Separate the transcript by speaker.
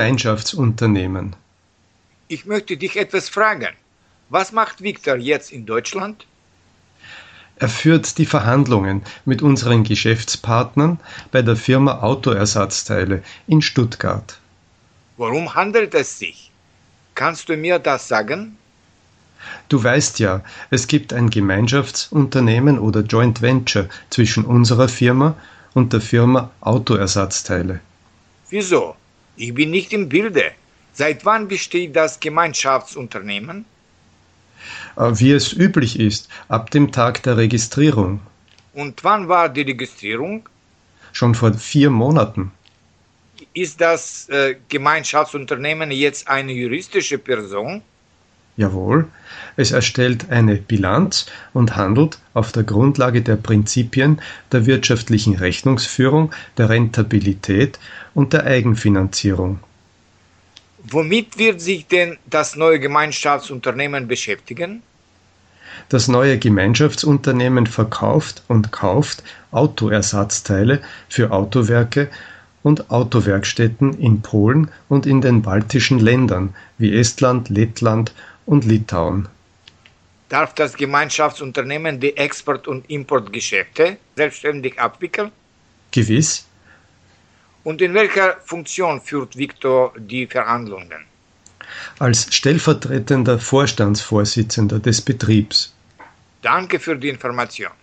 Speaker 1: Gemeinschaftsunternehmen.
Speaker 2: Ich möchte dich etwas fragen. Was macht Viktor jetzt in Deutschland?
Speaker 1: Er führt die Verhandlungen mit unseren Geschäftspartnern bei der Firma Autoersatzteile in Stuttgart.
Speaker 2: Worum handelt es sich? Kannst du mir das sagen?
Speaker 1: Du weißt ja, es gibt ein Gemeinschaftsunternehmen oder Joint Venture zwischen unserer Firma und der Firma Autoersatzteile.
Speaker 2: Wieso? Ich bin nicht im Bilde. Seit wann besteht das Gemeinschaftsunternehmen?
Speaker 1: Äh, Wie es üblich ist, ab dem Tag der Registrierung,
Speaker 2: Und wann war die Registrierung?
Speaker 1: schon vor vier Monaten.
Speaker 2: Ist das äh, Gemeinschaftsunternehmen jetzt eine juristische Person?
Speaker 1: Jawohl, es erstellt eine Bilanz und handelt auf der Grundlage der Prinzipien der wirtschaftlichen Rechnungsführung, der Rentabilität und der Eigenfinanzierung.
Speaker 2: Womit wird sich denn das neue Gemeinschaftsunternehmen beschäftigen?
Speaker 1: Das neue Gemeinschaftsunternehmen verkauft und kauft Autoersatzteile für Autowerke und Autowerkstätten in Polen und in den baltischen Ländern wie Estland, Lettland und Litauen.
Speaker 2: Darf das Gemeinschaftsunternehmen die Export- und Importgeschäfte selbstständig abwickeln?
Speaker 1: Gewiss,
Speaker 2: Und in welcher Funktion führt Viktor die Verhandlungen?
Speaker 1: als stellvertretender Vorstandsvorsitzender des Betriebs.
Speaker 2: Danke für die Information.